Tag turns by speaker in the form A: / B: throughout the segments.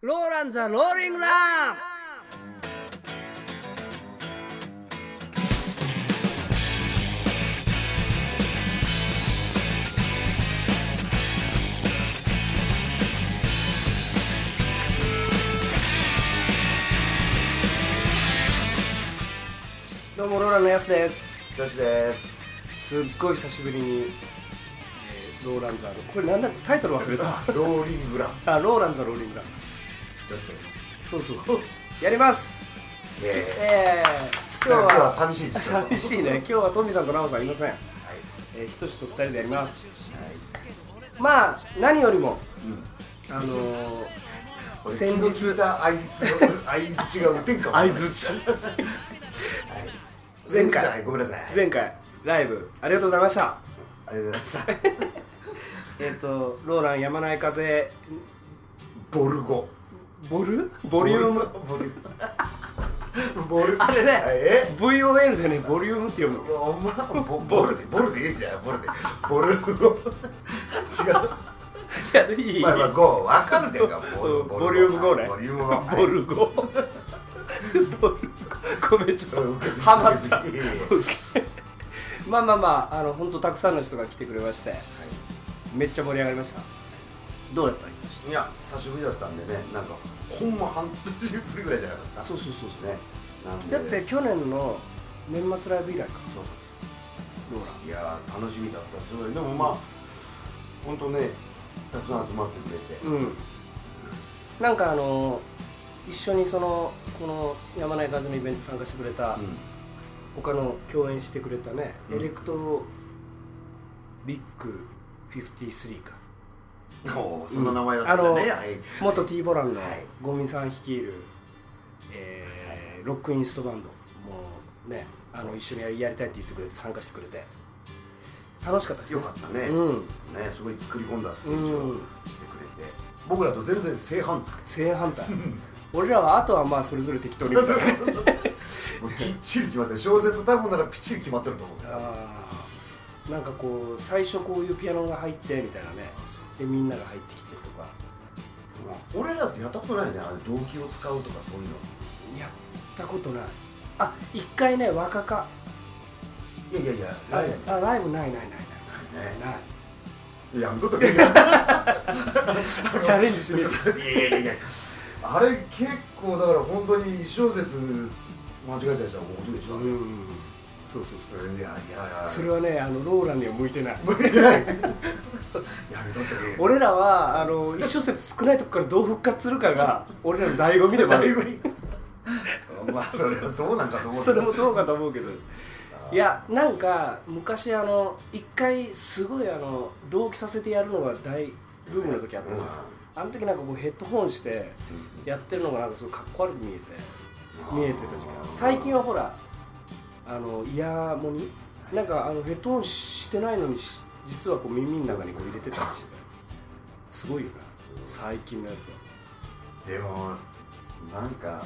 A: ローランザ・ローリングラン
B: どうもローランのやすです
C: 女子です
B: すっごい久しぶりに、えーローランザのこれなんだタイトル忘れた
C: ローリングラン
B: あローランザローリングラン
C: だって
B: そうそうそうやりますえ
C: え
B: ー、
C: 今
B: 今
C: 日
B: 日
C: は
B: は
C: 寂しいですよ
B: 寂しいね今日はトミさんとナオさんいません、
C: はい
B: えー、ひとしと二人でやりますまあ何よりもあのー
C: 俺
B: 先日
C: 気の利いた相づち相づちが打てんかも
B: 相づち前
C: 前
B: 回
C: 回ごめんなさいあり
B: 前回ライブありがとうございました
C: がとうございました
B: えっ、とローランやまない風
C: ボルゴ
B: ボルボリューム
C: ボルボル
B: あれね
C: え
B: VOL でねボリュームって読むの
C: お前ボボルでボルでいいんじゃないボルでボルゴ違う
B: いやいい
C: まあまあゴーわかるじゃんかボル
B: ボリューム5ね
C: ボリューム5
B: ボルゴボルゴごめんちょっ
C: うん受けす
B: と
C: ぎ
B: ハマった
C: 受けすぎ
B: まあまあまああの本当たくさんの人が来てくれましてめっちゃ盛り上がりましたどうだった
C: いや久しぶりだったんでねなんかほんま半年ぶりぐらいじゃなかった
B: うそうそう
C: ねなんで
B: だって去年の年末ライブ以来か
C: そうそ
B: ロ
C: う
B: ーラン
C: そういやー楽しみだったすごいでもまあ本当ねたくさん集まってくれて、
B: うん、なんかあの一緒にそのこの山内和のイベント参加してくれた、他の共演してくれたね、
C: うん
B: エレクトリック53か
C: うんおーその名前だったね、
B: うんあの
C: はい
B: 元 T ボランの
C: はい
B: ゴミさん率いる、えーロックインストバンドもうねあの一緒にややりたいって言ってくれて参加してくれて楽しかったです
C: よかったね、
B: うん
C: ねすごい作り込んだステージを
B: うん
C: してくれて、僕らと全然正反対
B: 正反 対俺らはあとはまあそれぞれ適当に
C: も うきっちり決まってる小説多分ならぴっちり決まってると思うから
B: あーなんかこう最初こういうピアノが入ってみたいなねでみんなが入ってきてとか
C: 俺らってやったことないねあれ動機を使うとかそういうの
B: やったことないあ一回ね若か
C: いやいやいや
B: あ
C: ライブ
B: あライブないないない
C: だ
B: な
C: ね
B: いない
C: やめとったらいいんじゃない
B: チャレンジしね
C: いやいやいやあれ結構だから本当に一小節間違えたりしたら音でし
B: う
C: ょ、うん
B: そうそうそう
C: いやいや
B: それはねあのローランには向いてない
C: 向いてないやめとってね
B: 俺らはあの一小節少ないとこからどう復活するかが俺らの醍醐味で もあ
C: 最
B: る
C: 後にまあそれはそうなんかと思う
B: それもどうかと思うけどいやなんか昔あの一回すごいあの同期させてやるのが大ブームの時あったじゃん、
C: うん
B: あの時なんかこうヘッドホンしてやってるのがなんかすごいかっこ悪く見えて見えてた時間最近はほらあのイヤモニなんかあのヘッドホンしてないのにし実はこう耳の中にこう入れてたりしてすごいよな最近のやつは
C: でもなんか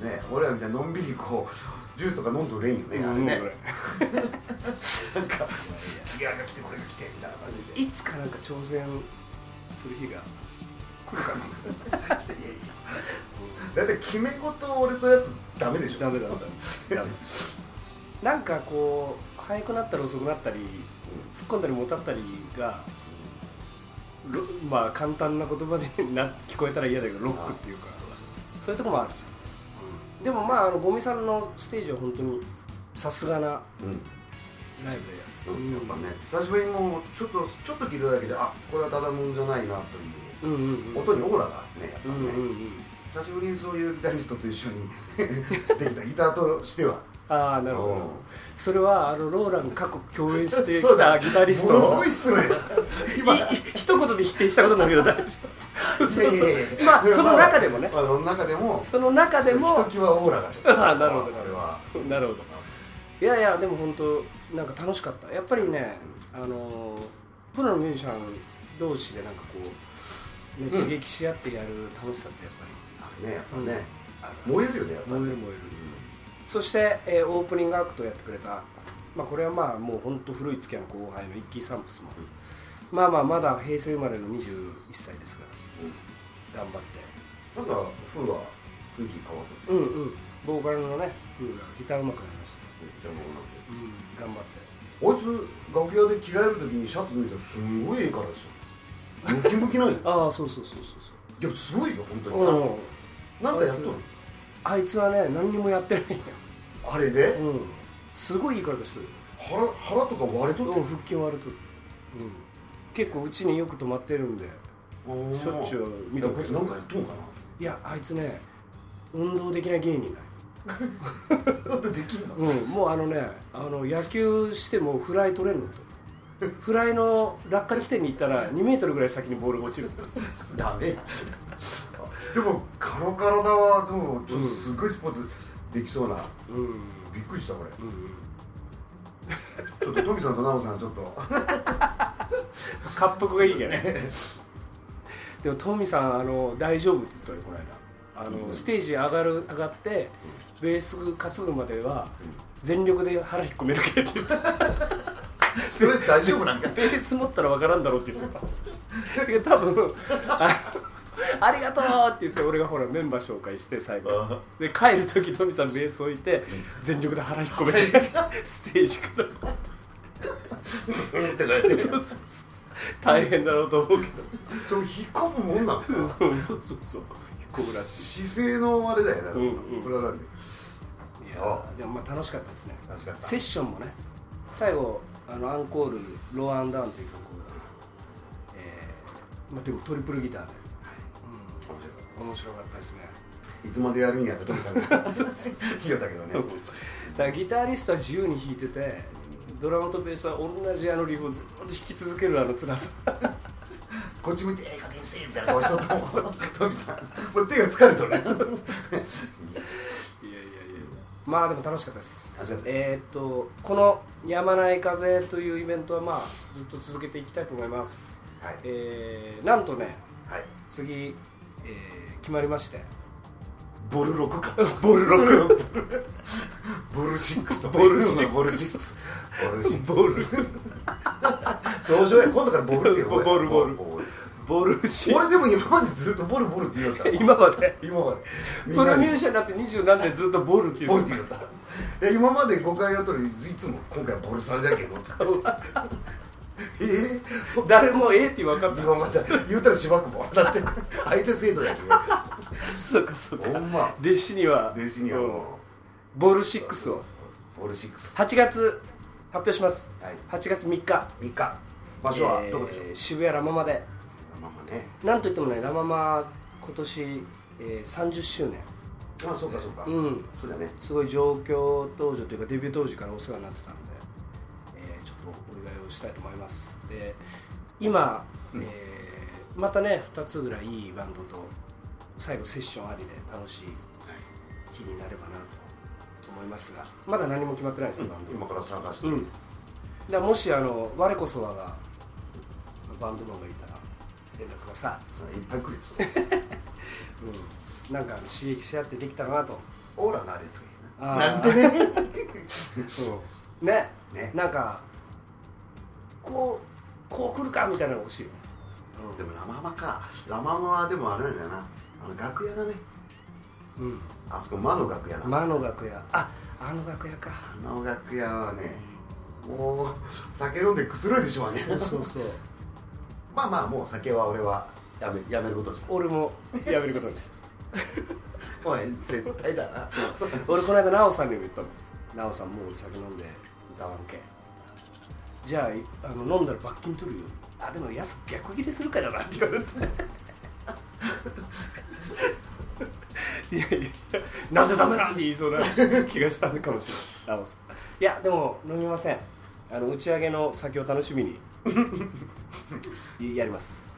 C: あれね俺らみたいにのんびりこうジュースとか飲んどれんよね、あれね
B: うんこれ
C: なんか次あれが来てこれが来てみたいな感じで
B: いつかなんか挑戦する日が来るかない
C: やいやだって決め事俺とやすダメでしょ
B: ダメだダメだなんかこう早くなったり遅くなったり突っ込んだりもたったりがロまあ簡単な言葉でな聞こえたら嫌だけどロックっていうかそういうとこもあるし、でもまああのゴミさんのステージは本当にさすがな
C: うん
B: ライブでや
C: やっぱね、久しぶりにもうちょっとちょっと聞いただけであこれはただもんじゃないなという
B: うんうんうん
C: 音にオーラがあるねやっぱ
B: うん
C: ね、
B: うんうん
C: 久しぶりにそういうギタリストと一緒に できたギターとしては
B: ああなるほ
C: うん
B: どそれはあのローランが過去共演して
C: そ
B: き
C: う
B: た
C: だ
B: ギタリスト
C: ものすごい失礼今
B: い一言で否定したことになるけど大丈夫そう
C: い
B: そ
C: や
B: う
C: いやいや
B: まあその中でもね
C: まあその中でも
B: その中で
C: ひと
B: も
C: きわオーラがちょっと
B: あなるほど
C: あれは
B: なるほどいやいやでも本当なんか楽しかったやっぱりねあのープロのミュージシャン同士でなんかこう、ね、刺激し合ってやる楽しさってやっ
C: あれねやっぱね、
B: ぱり
C: 燃えるよねやっぱ
B: 燃える燃えるそして、えーオープニングアクトをやってくれたまあこれはまあもう本当古い付き合いの後輩のイッキー・サンプスも、まあまあまだ平成生まれの21歳ですが頑張って
C: なんか風は雰囲気変わった
B: うんうんボーカルのね風がギターうまくなりました
C: でも
B: うん頑張って
C: なんかあいつ楽屋で着替える時にシャツ脱いだらすんごいええからですよムキムキない
B: ああそうそうそうそうそ
C: いやすごいよ本当
B: うう
C: に
B: ん
C: なんかやっとる
B: あいつはね何にもやってないんよ
C: あれで
B: うんすごいいい体してる
C: 腹腹とか割れと
B: うん
C: って
B: 腹筋割るとるうん結構うちによく泊まってるんで
C: る
B: しょっちゅう見
C: 見
B: た
C: た
B: こ
C: こといつなんかやっとんか
B: いやあいつね運動できない芸人だよ
C: なだってできんだ
B: うんもうあのねあの野球してもフライ取れるのとフライの落下地点に行ったら2メートルぐらい先にボールが落ちる
C: ダメやでもカロカロだわでもちょっとすごいスポーツできそうな、
B: うんうん
C: びっくりしたこれ
B: うん
C: ちょっとトミさんとナオさんちょっと
B: 滑腹がいいじゃない でもトミさんあの大丈夫って言ったよこの間あの、
C: うん
B: ステージ上がる上がってベース担ぐまでは全力で腹引っ込めるけ って言った
C: それ大丈夫なんか
B: ベース持ったらわからんだろうって言って たいや多分あのありがとうって言って俺がほらメンバー紹介して最後
C: あ
B: で帰る時トミさんベース置いて全力で腹引っ込め てステージから
C: うんってなって
B: そうそうそう大変だろうと思うけ
C: それ引っ込むもんなのか
B: どうんそうそうそう 引っ込むらしい
C: 姿勢のあれだよな、
B: うんうん
C: これはなんで
B: いや
C: そ
B: ーでもまあ楽しかったですね
C: 楽しかった
B: セッションもね最後あのアンコール「ローアンダウン」という曲を、えーまあ、でもトリプルギターで、
C: 面白かっ
B: うん、面白かったですね
C: たいつまでやるんやってトミさ んが言いよったけどね
B: だからギタリストは自由に弾いててドラムとベースは同じあのリフをずっと弾き続けるあの辛さ
C: こっち向いて「ええ加減せえ」みたいな顔しとったもんトミさんもう手が疲れ とるねいや
B: いやいやいやまあでも楽しかったです
C: 楽しかったです
B: えーっとこの「やまない風」というイベントはまあずっと続けていきたいと思います
C: はい、
B: えー、なんとね
C: はい、
B: 次、えー決まりまして
C: ボル6か
B: ボルロ
C: ボルボルシックスと
B: ボルシックス
C: ボルシックスボルシックス
B: ボル
C: そうじゃない今度からボルって呼ぶ
B: ボルボル
C: ボル
B: ボルシ
C: 俺でも今までずっとボルボルって言おった
B: 今まで
C: 今まで
B: プ
C: みん
B: ロ
C: な
B: ミ
C: に
B: ュージシャンになって二十何年ずっとボルっていう
C: ボルって言おったいや今まで5回やっとるいつも今回はボルされじゃけ どええ
B: 誰もええって分かった
C: 今また言うたらしばくもんだって相手生徒だけ
B: そうかそう
C: ど
B: か
C: ほんま
B: 弟子には
C: 弟子にはも
B: うんボルシックスを
C: うボルシックス
B: 8月発表します、
C: はい
B: 8月3日
C: 3日場所は
B: えー
C: どこでしょう、
B: 渋谷ラ・ママで
C: まあまあね
B: なんといってもねラ・ママ今年、えー、30周年
C: まあそうかそうか、
B: うん
C: そうだね
B: すごい上京当時というかデビュー当時からお世話になってたので、えーちょっとお願いをしたいと思いますで今、えーまたね2つぐらいいいバンドと最後セッションありで楽しい日になればなと思いますがまだ何も決まってないですバンド、
C: 今から探して、
B: うん、だからもしあの我こそはがバンドマンがいたら連絡くださ
C: それいっぱい来るやつ
B: い、うん、なんか刺激し合ってできたらなと、
C: オーラなあれつけ
B: あー
C: な んでね
B: ね
C: ね
B: なんかこうこう来るかみたいなのが欲しいよ、
C: でもラママかラママはでもあれなんだよなあの楽屋だね
B: うん
C: あそこ魔の楽屋な、
B: 魔の楽屋ああの楽屋か
C: あの楽屋はねもう酒飲んでくつろいでしまうね
B: そうそうそう
C: まあまあもう酒は俺はやめやめることにし た
B: 俺もやめることにした
C: おい絶対だな
B: 俺この間奈緒さんにも言ったもん奈緒さんもう酒飲んで歌わんけじゃああの飲んだら罰金取るよあでも安く逆切れするからなって 言われていやいやなんでダメなんて言いそうな気がしたのかもしれない奈緒さんいやでも飲みませんあの打ち上げの先を楽しみに やります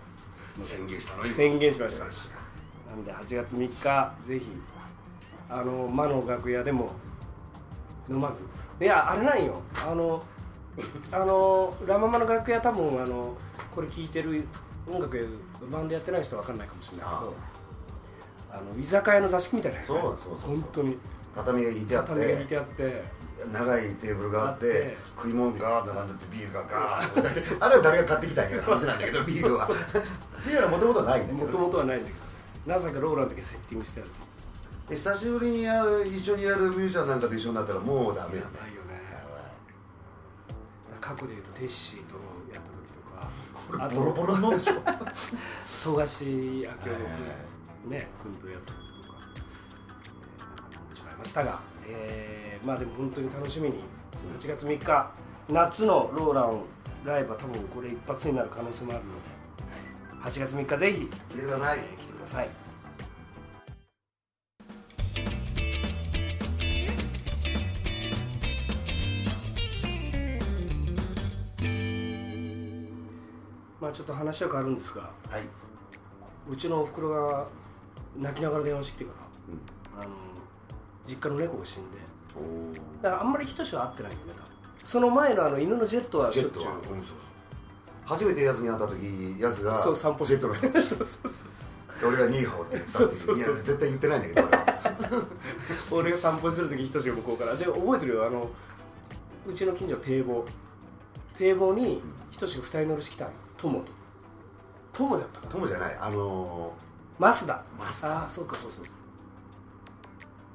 C: 宣言したの今
B: 宣言しました
C: よし
B: なので8月3日ぜひあの魔の楽屋でも飲まずいやあれなんよあのあのラ・ママの楽屋多分あのこれ聴いてる音楽やバンドやってない人は分かんないかもしれないけどあの居酒屋の座敷みたいな
C: そうそうそうそう
B: 本当に
C: 畳が引いてあって
B: 畳が引いてあって
C: 長いテーブルがあって
B: あって
C: 食い物が並んでてビールがガーッあれは誰が買ってきたんやって話なんだけどビールはビールはもともとないんだけ
B: も
C: ど
B: ともとはないんだけどなぜかローランだけセッティングしてある
C: で久しぶりにやる一緒にやるミュージシャンなんかと一緒になったらもうダ
B: と
C: メ
B: や
C: なんだ
B: ばいよね
C: やばい
B: 過去でいうとテッシーとやった時とか
C: あ
B: あ
C: ボロボ
B: と
C: ロので しょはい
B: 富樫明夫
C: はいはい
B: 君ね君とやった時とかしまいましたが、えーまあでも本当に楽しみに8月3日夏のローランライブは多分これ一発になる可能性もあるので8月3日ぜひ、
C: 来てください
B: えー来てくださいまあちょっと話は変わるんですが
C: はいう
B: ちのおふくろが泣きながら電話してきてか
C: うん
B: らあの実家の猫が死んで
C: おー
B: だからあんまり人とは会ってないよね多分その前のあの犬のジェットは
C: ジ
B: し
C: ェ
B: ょっ
C: ッ
B: ちゅ
C: ト
B: う
C: は、うん、そうそう初めてヤスに会った時ヤスが
B: そう散歩
C: ジェットの人
B: そうそうそうそ
C: で俺がニーハオって言った
B: そう
C: 時
B: そうそう
C: にいや絶対言ってないんだけど俺は
B: う俺が散歩してる時人志が向こうからで覚えてるよあのうちの近所の堤防堤防に人志が2人乗りしてきたの友と友だったかな
C: 友じゃないあの
B: マスダ
C: ー、マス
B: ああそうかそうそう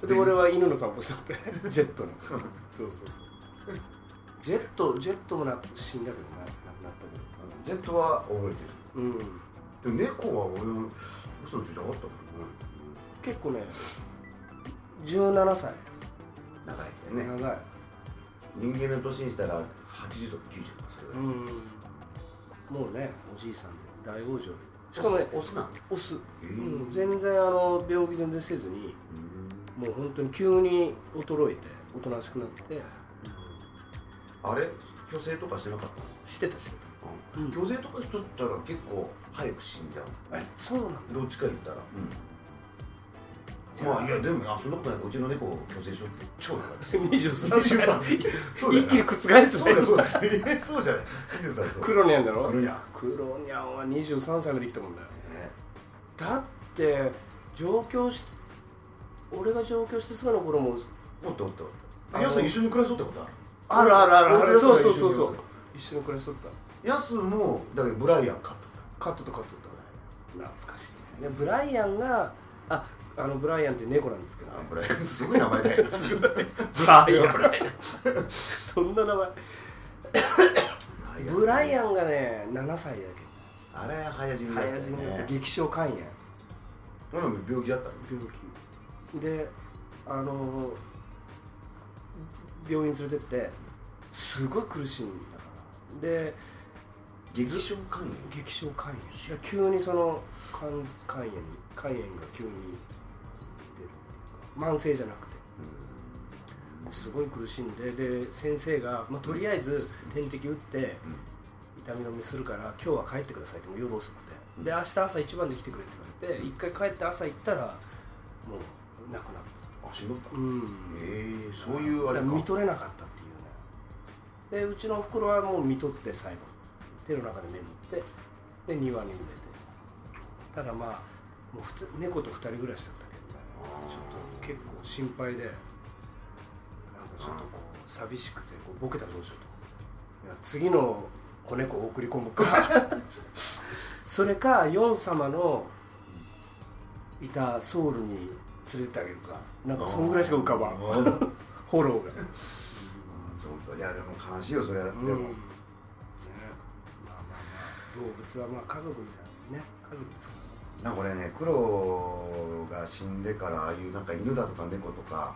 B: で
C: で
B: 俺は犬の散歩したって ジェットのそうそうそうジェットジェットもなく死んだけどな亡くなったけど
C: ジェットは覚えて
B: うん
C: るでも猫は俺の嘘のちであったもんね
B: 結構ね17歳
C: うん長いけどね
B: 長い
C: 人間の年にしたら80とか90とかそれぐ
B: う
C: らい
B: んもうねおじいさんで大往生しかもね
C: オスなの
B: オス、
C: え
B: う
C: ー
B: ん、全然あの病気全然せずにもう本当に急に衰えておとなしくなって、
C: あれ虚勢とかしてなかったの
B: してたしてたうん
C: 虚勢とかしとったら結構早く死んじゃう
B: えそう なんだ
C: どっちか言ったら、
B: じゃあ
C: まあいやでもあそんなことないからうちの猫を虚勢しとって超長いですよ
B: 23
C: 23
B: 歳
C: そうだよ
B: 一気に覆す
C: そう
B: ね
C: だそうだ そうじゃない23そう
B: 黒にゃんだろ
C: 黒にゃん
B: 黒にゃんは23歳まで生きたもんだよ
C: ね
B: だって上京し俺が上京してすぐの頃も
C: おっとおっとおっ
B: あ
C: と
B: の
C: ヤスさん一緒に暮らしとったことある
B: あるあるあるあ
C: 俺
B: る
C: と
B: そう
C: ヤス
B: そ
C: が
B: うそう
C: 一緒に暮らしとった
B: そう一緒に暮らしとった
C: ヤスもだけどブライアン買っとった
B: カットとカットと懐かしいねブライアンがああのブライアンって猫なんですけど
C: あブライアンすごい名前だよすごい
B: ブラ
C: ブライアン
B: そんな名前ブライアンがね7歳だけ
C: あれ早死に
B: ど
C: だったよ
B: 早死になって
C: ね
B: 劇症肝炎
C: 俺も病気だったの
B: 病気であの病院連れてってすごい苦しいんだからで
C: 劇場関炎
B: 激症肝炎急にその肝肝炎に肝炎が急に出る慢性じゃなくてすごい苦しんでで先生が、まあ、とりあえず点滴打って痛み止めするから今日は帰ってくださいってもう夜遅くてで明日朝一番で来てくれって言われて一回帰って朝行ったらもう亡くなった
C: あ死んどった
B: うん
C: ええそういうあれ
B: だ
C: から
B: 見とれなかったっていうねでうちのおふくろはもう見とって最後手の中で眠ってで庭に埋めてただまあもうふた猫と二人暮らしだったけどねちょっと結構心配でなんかちょっとこう寂しくてこうボケたらどうしようといや次の子猫を送り込むかそれかヨン様のいたソウルに連れてってあげるかなんかそんぐらいしか浮かばん
C: うんそう
B: フォローが。
C: かいやでも悲しいよそれはで
B: うん。ね
C: も。
B: まあまあまあ動物はまあ家族みたいなね家族ですか。
C: なんか俺ね黒が死んでからああいうなんか犬だとか猫とか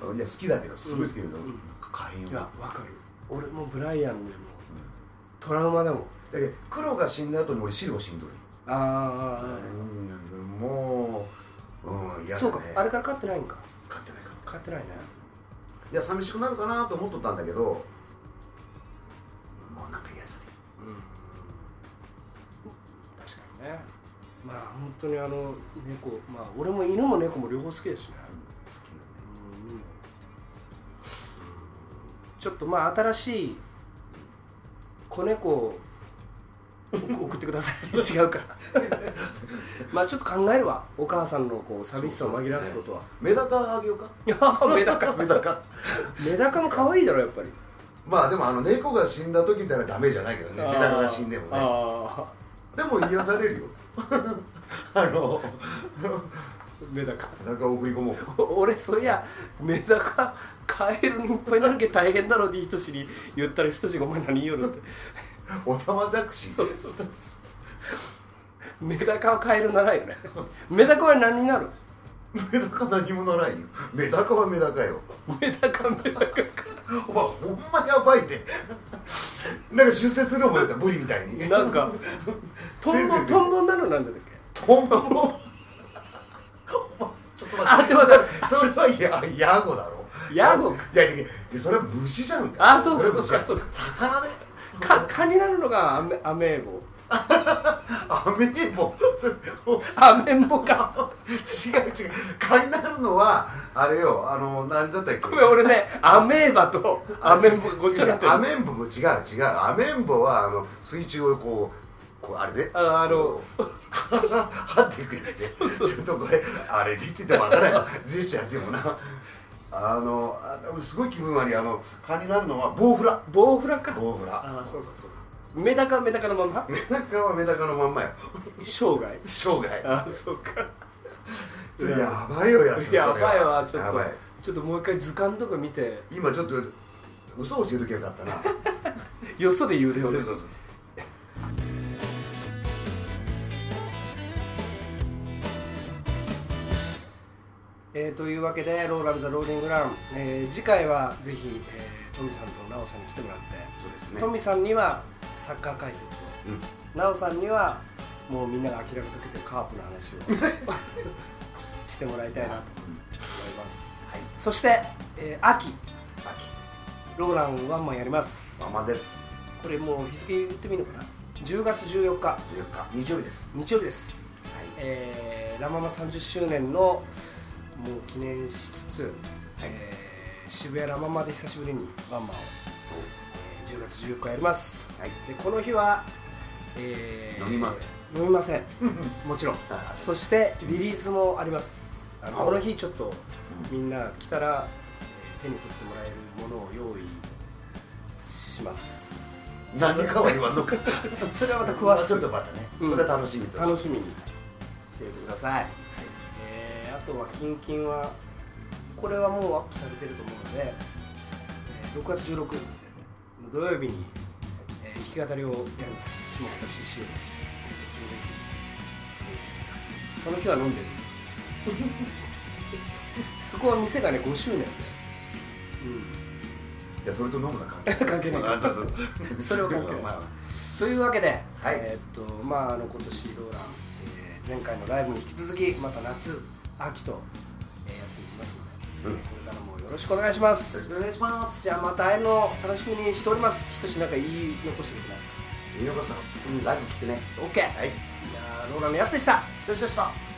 C: ら
B: うん。
C: いや好きだけどすごい好きだけど、
B: うん
C: なんか可変
B: いや
C: は
B: わかる。俺もブライアンでもトラウマでもん。
C: だけど黒が死んだ後に俺白を死んどる
B: あ
C: うんもううん嫌だね
B: そうかあれから飼ってないんか。
C: 飼ってない飼ってな
B: 飼ってない
C: い
B: ね。
C: いや寂しくなるかなと思っとったんだけどもうなんか嫌じゃね
B: うん。確かにね。まあ本当にあの猫まあ俺も犬も猫も両方好きですね。
C: 好きよね
B: うんちょっとまあ新しい子猫を送送ってください違 うかまあちょっと考えるわお母さんのこう寂しさを紛らわすことは、
C: メダカあげようか
B: いやメダカ
C: メダカ
B: メダカも可愛いだろやっぱり
C: まあでもあの猫が死んだ時みたいなダメージじゃないけどねメダカが死んでもね
B: あ
C: でも癒されるよあの
B: メダカ
C: なんか送り込もう
B: 俺そりゃメダカカエルにいっぱいなるけ大変だろうって仁に言ったら仁がお前何言うのって
C: おたまじゃくし
B: そうそうそうそうメダカはカエルならんよねメダカは何になる
C: メダカ何もならんよメダカはメダカよ
B: メダカメダカか
C: お前ほんまやばいでなんか出世する思んやったブリみたい に
B: なんかトンボ
C: 先生
B: トンボになるなんだっけ
C: トンボお前ちょっと待って
B: あちょっと待
C: それはやヤゴだろ
B: ヤゴか
C: いやいやいやそれは虫じゃん
B: あそうかそうかそうか
C: 魚ね
B: か蚊になるのがアメアメーボ
C: アメーボそれお
B: アメンボか
C: 違う違う蚊になるのはあれよあのなんだったっけ
B: ごめん俺ねアメーバとアメンボがごっちゃになってる
C: アメンボも違う違うアメンボはあの水中をこうこうあれで
B: ああの
C: 張っていくやつねちょっとこれあれで言っててもわからないジェスチャーしてもなあのあすごい気分悪いあの蚊になるのはボウフラ
B: ボウフラか
C: ボウフラ
B: ああそうかそうかメダカはメダカのまま
C: メダカはメダカのまんまよ
B: 生涯
C: 生涯
B: ああそうか
C: ちょっとやばいよやす
B: やばいわち
C: そ
B: ょ
C: れ
B: っ
C: はや
B: と
C: ばい
B: ちょっともう一回図鑑とか見て
C: 今ちょっと嘘を教えときゃよか ったな
B: よそで言うで
C: そう
B: 俺
C: そうそう
B: えーというわけで「ローラン・ザ・ローリング・ラン」えー次回はぜひ、えートミさんとナオさんに来てもらって、
C: そうですね
B: トミさんにはサッカー解説を
C: うん
B: ナオさんにはもうみんなが諦めかけてるカープの 話をしてもらいたいなと思います
C: はい
B: そして、えー秋
C: 秋
B: ローランワンマンやります
C: ママです
B: これもう日付言ってみるのかな10月14日
C: 14日日曜日です
B: 日曜日です
C: はい
B: えーラ・ママ30周年のもう記念しつつ、えー渋谷ラ・ママで久しぶりにワンマンを、えー10月14日やります、
C: はい
B: でこの日は、えー
C: 飲みませ
B: 飲みません もちろん
C: はい
B: そしてリリースもありますあの
C: はい
B: この日ちょっとみんな来たらえー手に取ってもらえるものを用意します
C: 何かは言わんのか
B: それはまた詳しく
C: ちょっとまたね
B: うん
C: これは楽しみと
B: 楽しみにしていてください、えーあとはキンキンはこれはもうアップされてると思うので、えー6月16土曜日に、えー弾き語りをやります下北 CC をそっちもぜひ遊びに来てくださいその日は飲んでるそこは店がね5周年で、
C: いやそれと飲むのは関係ない
B: 関係ない
C: あそうそう う
B: それは関係ない
C: まあまあ
B: というわけで、
C: はい
B: えーっとまああの今年ローラン、えー前回のライブに引き続きまた夏秋と、えーやっていきますので、
C: うん
B: これからもよろしくお願いしま
C: よろし
B: す
C: くお願いします
B: じゃあまた会えるのを楽しみにしておりますひとしなんか言い残してくださ
C: みよこさんラグ切ってね
B: い OK、
C: はい
B: じゃあローランのやすでした
C: ひとしでした